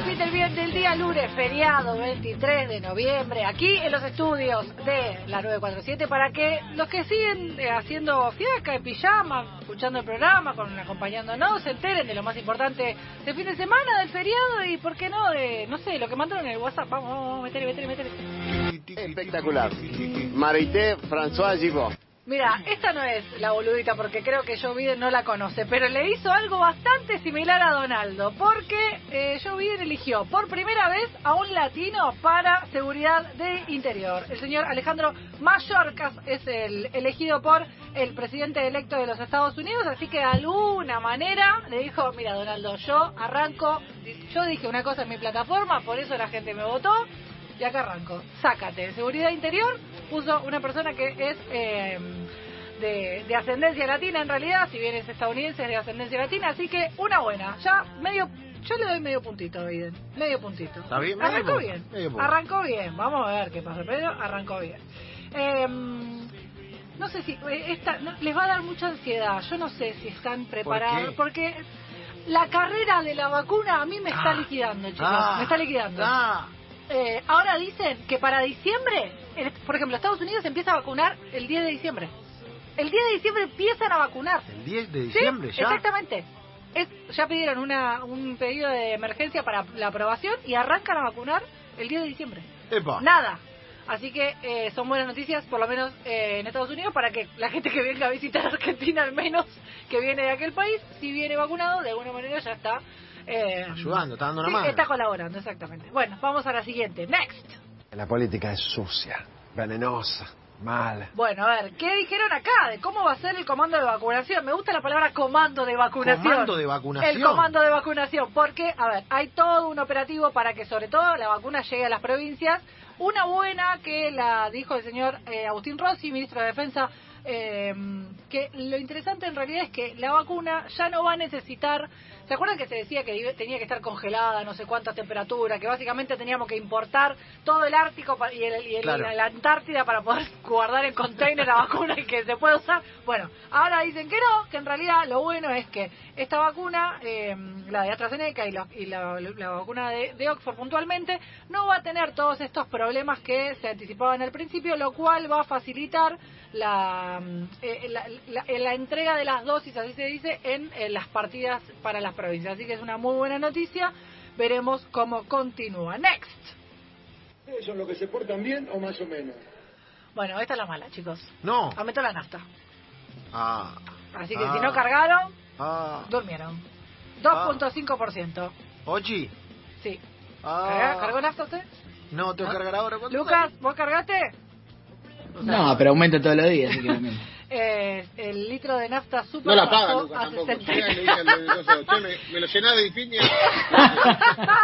Durante el día lunes, feriado 23 de noviembre, aquí en los estudios de la 947, para que los que siguen eh, haciendo fiaca, en pijama, escuchando el programa, con, acompañándonos, se enteren de lo más importante del fin de semana, del feriado y, ¿por qué no? De, no sé, lo que mandaron en el WhatsApp. Vamos, vamos, vamos, metele, metele, metele. Espectacular. Marité, François Gibault. Mira, esta no es la boludita porque creo que Joe Biden no la conoce, pero le hizo algo bastante similar a Donaldo, porque eh, Joe Biden eligió por primera vez a un latino para seguridad de interior. El señor Alejandro Mayorkas es el elegido por el presidente electo de los Estados Unidos, así que de alguna manera le dijo, mira Donaldo, yo arranco, yo dije una cosa en mi plataforma, por eso la gente me votó, y acá arranco. Sácate. Seguridad Interior puso una persona que es eh, de, de ascendencia latina, en realidad, si bien es estadounidense, es de ascendencia latina, así que una buena. Ya medio. Yo le doy medio puntito, Biden. Medio puntito. Está bien, medio arrancó punto, bien. medio punto. Arrancó bien. Vamos a ver qué pasa, pero arrancó bien. Eh, no sé si. eh, Esta, no, les va a dar mucha ansiedad. Yo no sé si están preparados. qué? Porque la carrera de la vacuna a mí me está Ah. liquidando, chicos. Ah. me está liquidando. Ah. Eh, ahora dicen que para diciembre, en- por ejemplo, Estados Unidos empieza a vacunar el 10 de diciembre. El 10 de diciembre empiezan a vacunar. El 10 de ¿Sí? diciembre ya. Exactamente. Es, ya pidieron una, un pedido de emergencia para la aprobación y arrancan a vacunar el 10 de diciembre. Epa. Nada. Así que eh, son buenas noticias, por lo menos eh, en Estados Unidos, para que la gente que venga a visitar Argentina, al menos que viene de aquel país, si viene vacunado, de alguna manera ya está eh, Ayudando, está dando una Sí, mano. Está colaborando, exactamente. Bueno, vamos a la siguiente. Next. La política es sucia, venenosa, mala. Bueno, a ver, ¿qué dijeron acá de cómo va a ser el comando de vacunación? Me gusta la palabra comando de vacunación. Comando de vacunación. El comando de vacunación, porque, a ver, hay todo un operativo para que sobre todo la vacuna llegue a las provincias. Una buena que la dijo el señor eh, Agustín Rossi, ministro de Defensa, eh, que lo interesante en realidad es que la vacuna ya no va a necesitar... ¿Se acuerdan que se decía que iba- tenía que estar congelada, no sé cuántas temperaturas, que básicamente teníamos que importar todo el Ártico pa- y, el, y el- Claro. la- la Antártida para poder guardar en container la vacuna y que se pueda usar. Bueno, ahora dicen que no, que en realidad lo bueno es que esta vacuna, eh, la de AstraZeneca y, la, y la- la vacuna de, de Oxford puntualmente, no va a tener todos estos problemas que se anticipaban al principio, lo cual va a facilitar la, mm, eh, la, la- la entrega de las dosis, así se dice, en eh, las partidas para las provincias. Así que es una muy buena noticia. Veremos cómo continúa. Next. ¿Ustedes son los que se portan bien o más o menos? Bueno, esta es la mala, chicos. No. Aumentó la nafta. Ah. Así que Ah. si no cargaron, Ah. durmieron. Ah. 2.5%. Ochi. Sí. Ah. ¿Carga- ¿Cargó nafta usted? No, tengo que cargar ahora. ¿Cuánto Lucas, ¿vos cargaste? No, pero aumenta todos los días, así que no me- Eh, el litro de nafta super No la paga, bajó Lucas, a tampoco. 60. Llega y le dice al coso, "Che, me, me lo llenás de piña.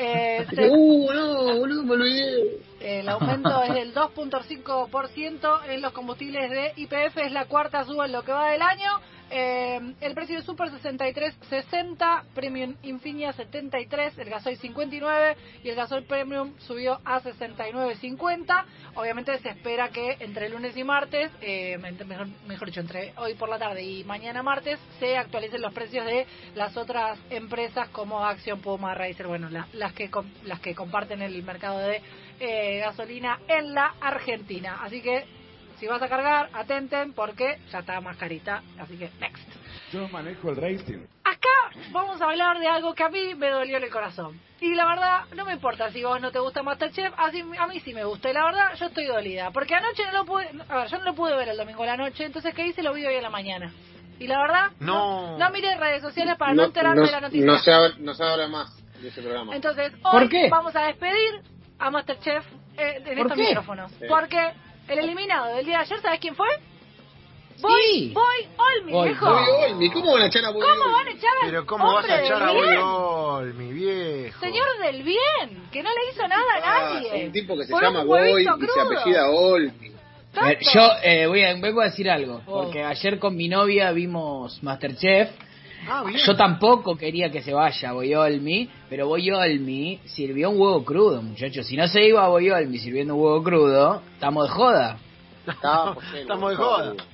Eh, se- uh, no, boludo, me olvidé. El aumento es del 2.5% en los combustibles de IPF, es la cuarta suba en lo que va del año. Eh, el precio de Super 63.60, Premium Infinia 73, el gasoil 59 y el gasoil Premium subió a 69.50. Obviamente se espera que entre lunes y martes, eh, entre- mejor, mejor dicho, entre hoy por la tarde y mañana martes, se actualicen los precios de las otras empresas como Action, Puma, Racer, bueno, la- las, que, com- las que comparten el mercado de eh, gasolina en la Argentina. Así que si vas a cargar, atenten porque ya está más carita. Así que next. Yo manejo el rating. Acá vamos a hablar de algo que a mí me dolió en el corazón. Y la verdad, no me importa si vos no te gusta Masterchef, a, a mí sí me gusta. Y la verdad, yo estoy dolida. Porque anoche no lo pude... A ver, yo no lo pude ver el domingo a la noche, entonces ¿qué hice? Lo vi hoy en la mañana. Y la verdad, no, No. no miré redes sociales para no, enterarme de la noticia. No se, habla, no se habla más de ese programa. Entonces, ¿Por hoy qué? vamos a despedir a Masterchef eh, en ¿Por estos qué? micrófonos. Sí. Porque el eliminado del día de ayer, ¿sabes quién fue? Voy, Sí. voy, Olmi, Boy, viejo. Bobby Olmi, ¿cómo van a echar a Bobby ¿Cómo Olmi? van a echar al Pero ¿cómo vas hombre a echar del a bien? Boyol, mi viejo? Señor del bien, que no le hizo nada a Ah, nadie. un tipo que se Por llama un Boy y huevito se crudo. apellida Olmi. A ver, Tanto. yo eh, voy a, vengo a decir algo, Oh. porque ayer con mi novia vimos Masterchef. Ah, bien. Yo tampoco quería que se vaya Boyolmi, pero Boyolmi sirvió un huevo crudo, muchachos. Si no se iba a Boyolmi sirviendo un huevo crudo, estamos de joda. Estaba por ser, Estamos de por favor. joda.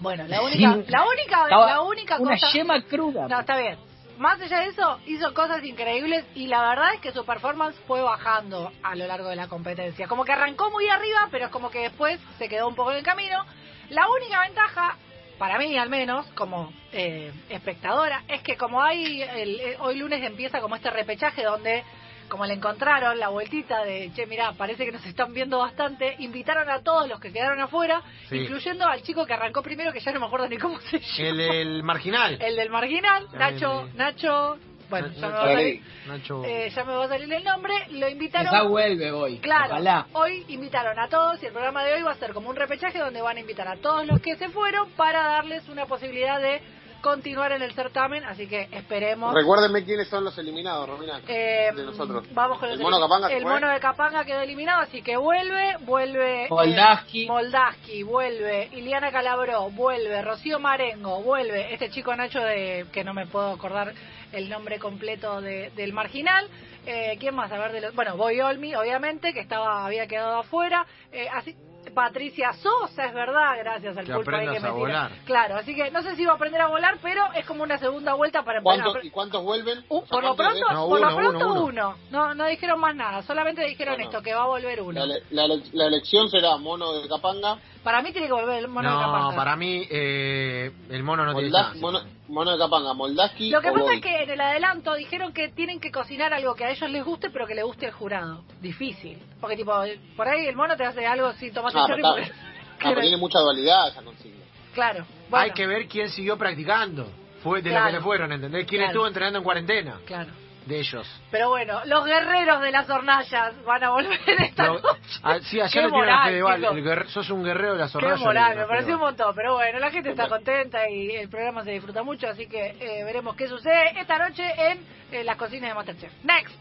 Bueno, la única, la única, Estaba la única una cosa. yema cruda. No, está bien. más allá de eso, hizo cosas increíbles y la verdad es que su performance fue bajando a lo largo de la competencia. Como que arrancó muy arriba, pero es como que después se quedó un poco en el camino. La única ventaja, para mí al menos, como eh, espectadora, es que como hay, el- eh, hoy lunes empieza como este repechaje donde, como le encontraron la vueltita de, che, mirá, parece que nos están viendo bastante, invitaron a todos los que quedaron afuera, Sí. incluyendo al chico que arrancó primero, que ya no me acuerdo ni cómo se llama. El, el marginal. El del marginal, Ya Nacho, me- Nacho, bueno, Nacho- ya me, va a salir, Nacho. eh, ya me va a salir el nombre, lo Quizá invitaron. vuelve hoy. Claro, Ojalá. hoy invitaron a todos y el programa de hoy va a ser como un repechaje donde van a invitar a todos los que se fueron para darles una posibilidad de continuar en el certamen, así que esperemos. Recuérdenme quiénes son los eliminados, Romina. Eh, de nosotros. Vamos con El los- mono Capanga se el fue. mono de Capanga quedó eliminado, así que vuelve, vuelve. eh, Moldavsky. Moldavsky, vuelve. Iliana Calabró, vuelve. Rocío Marengo, vuelve. Este chico Nacho de. que no me puedo acordar el nombre completo de- del marginal. Eh, ¿Quién más? A ver, de los- bueno, Boy Olmi, obviamente, que estaba había quedado afuera. Eh, así. Patricia Sosa, es verdad, gracias al Que pulpo ahí aprendas me tira. a volar. Claro, así que no sé si va a aprender a volar, pero es como una segunda vuelta para empezar. ¿Cuántos- ¿Y cuántos vuelven? Uh, por lo Aparte de- pronto, No, por lo uno, pronto uno, uno, uno. No, no dijeron más nada, solamente dijeron Bueno. esto, que va a volver uno. La, ele- la ele- la elección será mono de Capanga, Para mí tiene que volver el mono de no, Capanga. para mí eh, el mono no tiene Molda- chance. mono, mono de Capanga, Moldaski Lo que o pasa Goy. es que en el adelanto dijeron que tienen que cocinar algo que a ellos les guste, pero que le guste al jurado. Difícil. Porque, tipo, por ahí el mono te hace algo si tomas Ah, el chorri. pero porque- está- Ah, pero tiene mucha dualidad esa consigna. Claro. Bueno, Hay que ver quién siguió practicando. Fue de Claro. lo que le fueron, ¿entendés? ¿Quién Claro. estuvo entrenando en cuarentena? Claro. De ellos. Pero bueno, los guerreros de las hornallas van a volver esta Lo- noche. Ah, sí, Qué ayer lo tiraron a moral, Fedeval. chicos. el guerre- sos un guerrero de la Qué zorrada. moral, me pareció un montón, pero bueno, la gente está contenta y el programa se disfruta mucho, así que eh, veremos qué sucede esta noche en eh, las cocinas de Masterchef. Next.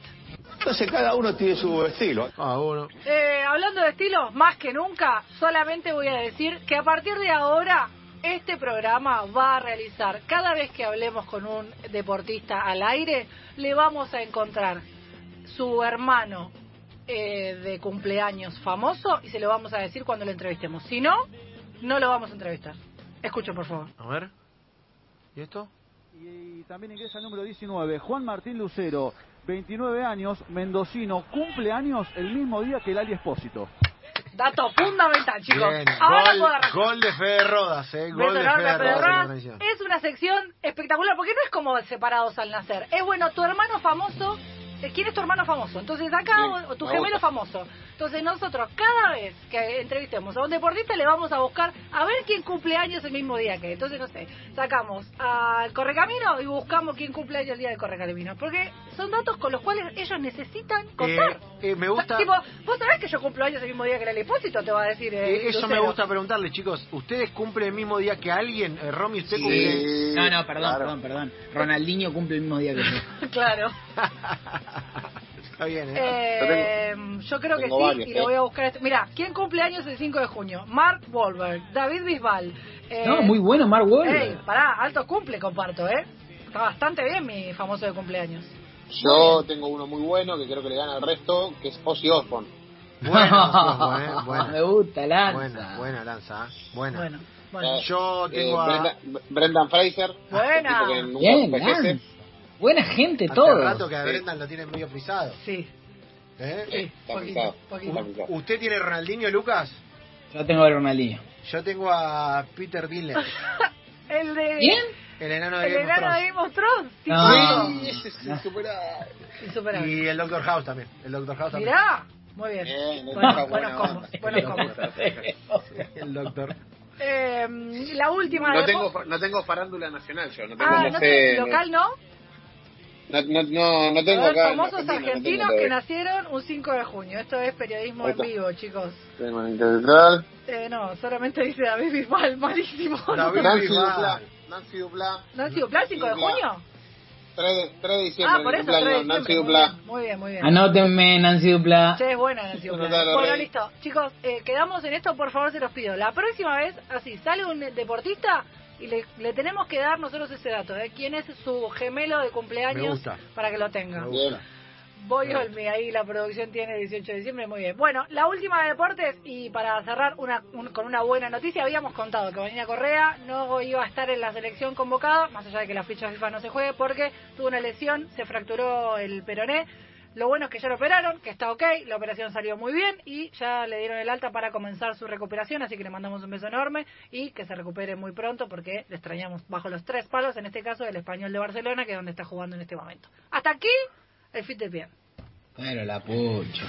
Entonces cada uno tiene su estilo. Ah, bueno. Eh, hablando de estilos, más que nunca, solamente voy a decir que a partir de ahora este programa va a realizar, cada vez que hablemos con un deportista al aire, le vamos a encontrar su hermano eh, de cumpleaños famoso y se lo vamos a decir cuando lo entrevistemos. Si no, no lo vamos a entrevistar. Escuchen, por favor. A ver. ¿Y esto? Y también ingresa el número 19, Juan Martín Lucero, 29 años, mendocino, cumpleaños el mismo día que Lali Espósito. Dato fundamental, chicos. Bien. Ahora puedo Gol, arrancar. gol de Fede Rodas, eh. Gol Beso de enorme a Fede Fede Rodas. Rodas. Eh, atención. Es una sección espectacular porque no es como separados al nacer. Es bueno, tu hermano famoso. eh, ¿Quién es tu hermano famoso? Entonces acá, Bien, o- o tu me gemelo gusta. famoso. Entonces nosotros cada vez que entrevistemos a un deportista le vamos a buscar a ver quién cumple años el mismo día que. él. Entonces, no sé, sacamos al correcamino y buscamos quién cumple años el día del correcamino. Porque son datos con los cuales ellos necesitan contar. Eh, eh, me gusta. Tipo, vos sabés que yo cumplo años el mismo día que el depósito, te va a decir. eh, Eh, eso me Lucero. gusta preguntarle, chicos. ¿Ustedes cumplen el mismo día que alguien? Eh, Romy, ¿usted Sí. cumple? No, no, perdón, Eh, Claro. perdón, perdón. Ronaldinho cumple el mismo día que yo. claro. Está bien, ¿eh? Eh, yo creo que Tengo sí, varios, y lo ¿eh? voy a buscar. Este. Mira, ¿quién cumple años el 5 de junio? Mark Wahlberg, David Bisbal. eh, No, muy bueno, Mark Ey, Wahlberg. pará, alto cumple, comparto, ¿eh? Está bastante bien mi famoso de cumpleaños. Yo tengo uno muy bueno que creo que le gana al resto, que es Ozzy Osbourne. Bueno, eh, Me bueno. gusta, Lanza. Buena, buena lanza, ¿eh? buena. Bueno, bueno. Eh, Yo Eh, tengo a... Brenda- Brendan Fraser. Buena. tipo que nunca Bien, envejece. Lanza. Buena gente, hace rato todos. que a Sí. Brendan lo tienen medio frisado. Sí, ¿eh? sí, Está poquito, picado, poquito. está picado. ¿Usted tiene Ronaldinho, Lucas? Yo tengo a Ronaldinho. Yo tengo a Peter Dinler, El de... ¿Bien? el enano de El Game of enano de Game Thrones. of Thrones. sí, No. sí, Sí, ese es insuperable. insuperable. Y el Doctor House también. El Doctor House también. Mirá, muy bien. Bien, esa Bueno, está buenos buena combos, onda. buenos combos. El Doctor. Eh, la última... No de- tengo, no tengo farándula nacional yo, no tengo, Ah, no, no sé, sé, local no. no, no, no, no tengo Los acá. en famosos Argentina, no tengo argentinos todavía. que nacieron un 5 de junio. Esto es periodismo Ahí en está. vivo, chicos. Tengo en Intercultural. Eh, no, solamente dice David Bisbal, malísimo. David Nancy Bisbal. Duplá, Nancy Duplá, ¿No ha sido Plan 5 de Duplá. junio? 3 de, 3 de diciembre, Ah, por mi eso, 3 de cumpleaños, Nancy diciembre. Duplá. Muy bien, muy bien. Ah, muy bien. Anótenme, Nancy Dupla. Che, es buena Nancy Duplá. No, no, no, Bueno, no. listo. Chicos, eh, quedamos en esto, por favor, se los pido. La próxima vez, así, sale un deportista y le, le tenemos que dar nosotros ese dato, ¿eh? ¿Quién es su gemelo de cumpleaños? Me gusta. Para que lo tenga. Me gusta. Bien. Boyolmi, ahí la producción tiene 18 de diciembre, muy bien. Bueno, la última de deportes y para cerrar una, un- con una buena noticia, habíamos contado que Vanina Correa no iba a estar en la selección convocada, más allá de que la fecha FIFA no se juegue, porque tuvo una lesión, se fracturó el peroné. Lo bueno es que ya lo operaron, que está ok, la operación salió muy bien y ya le dieron el alta para comenzar su recuperación, así que le mandamos un beso enorme y que se recupere muy pronto porque le extrañamos bajo los tres palos, en este caso del español de Barcelona, que es donde está jugando en este momento. Hasta aquí el fit de bien. Pero la pucha.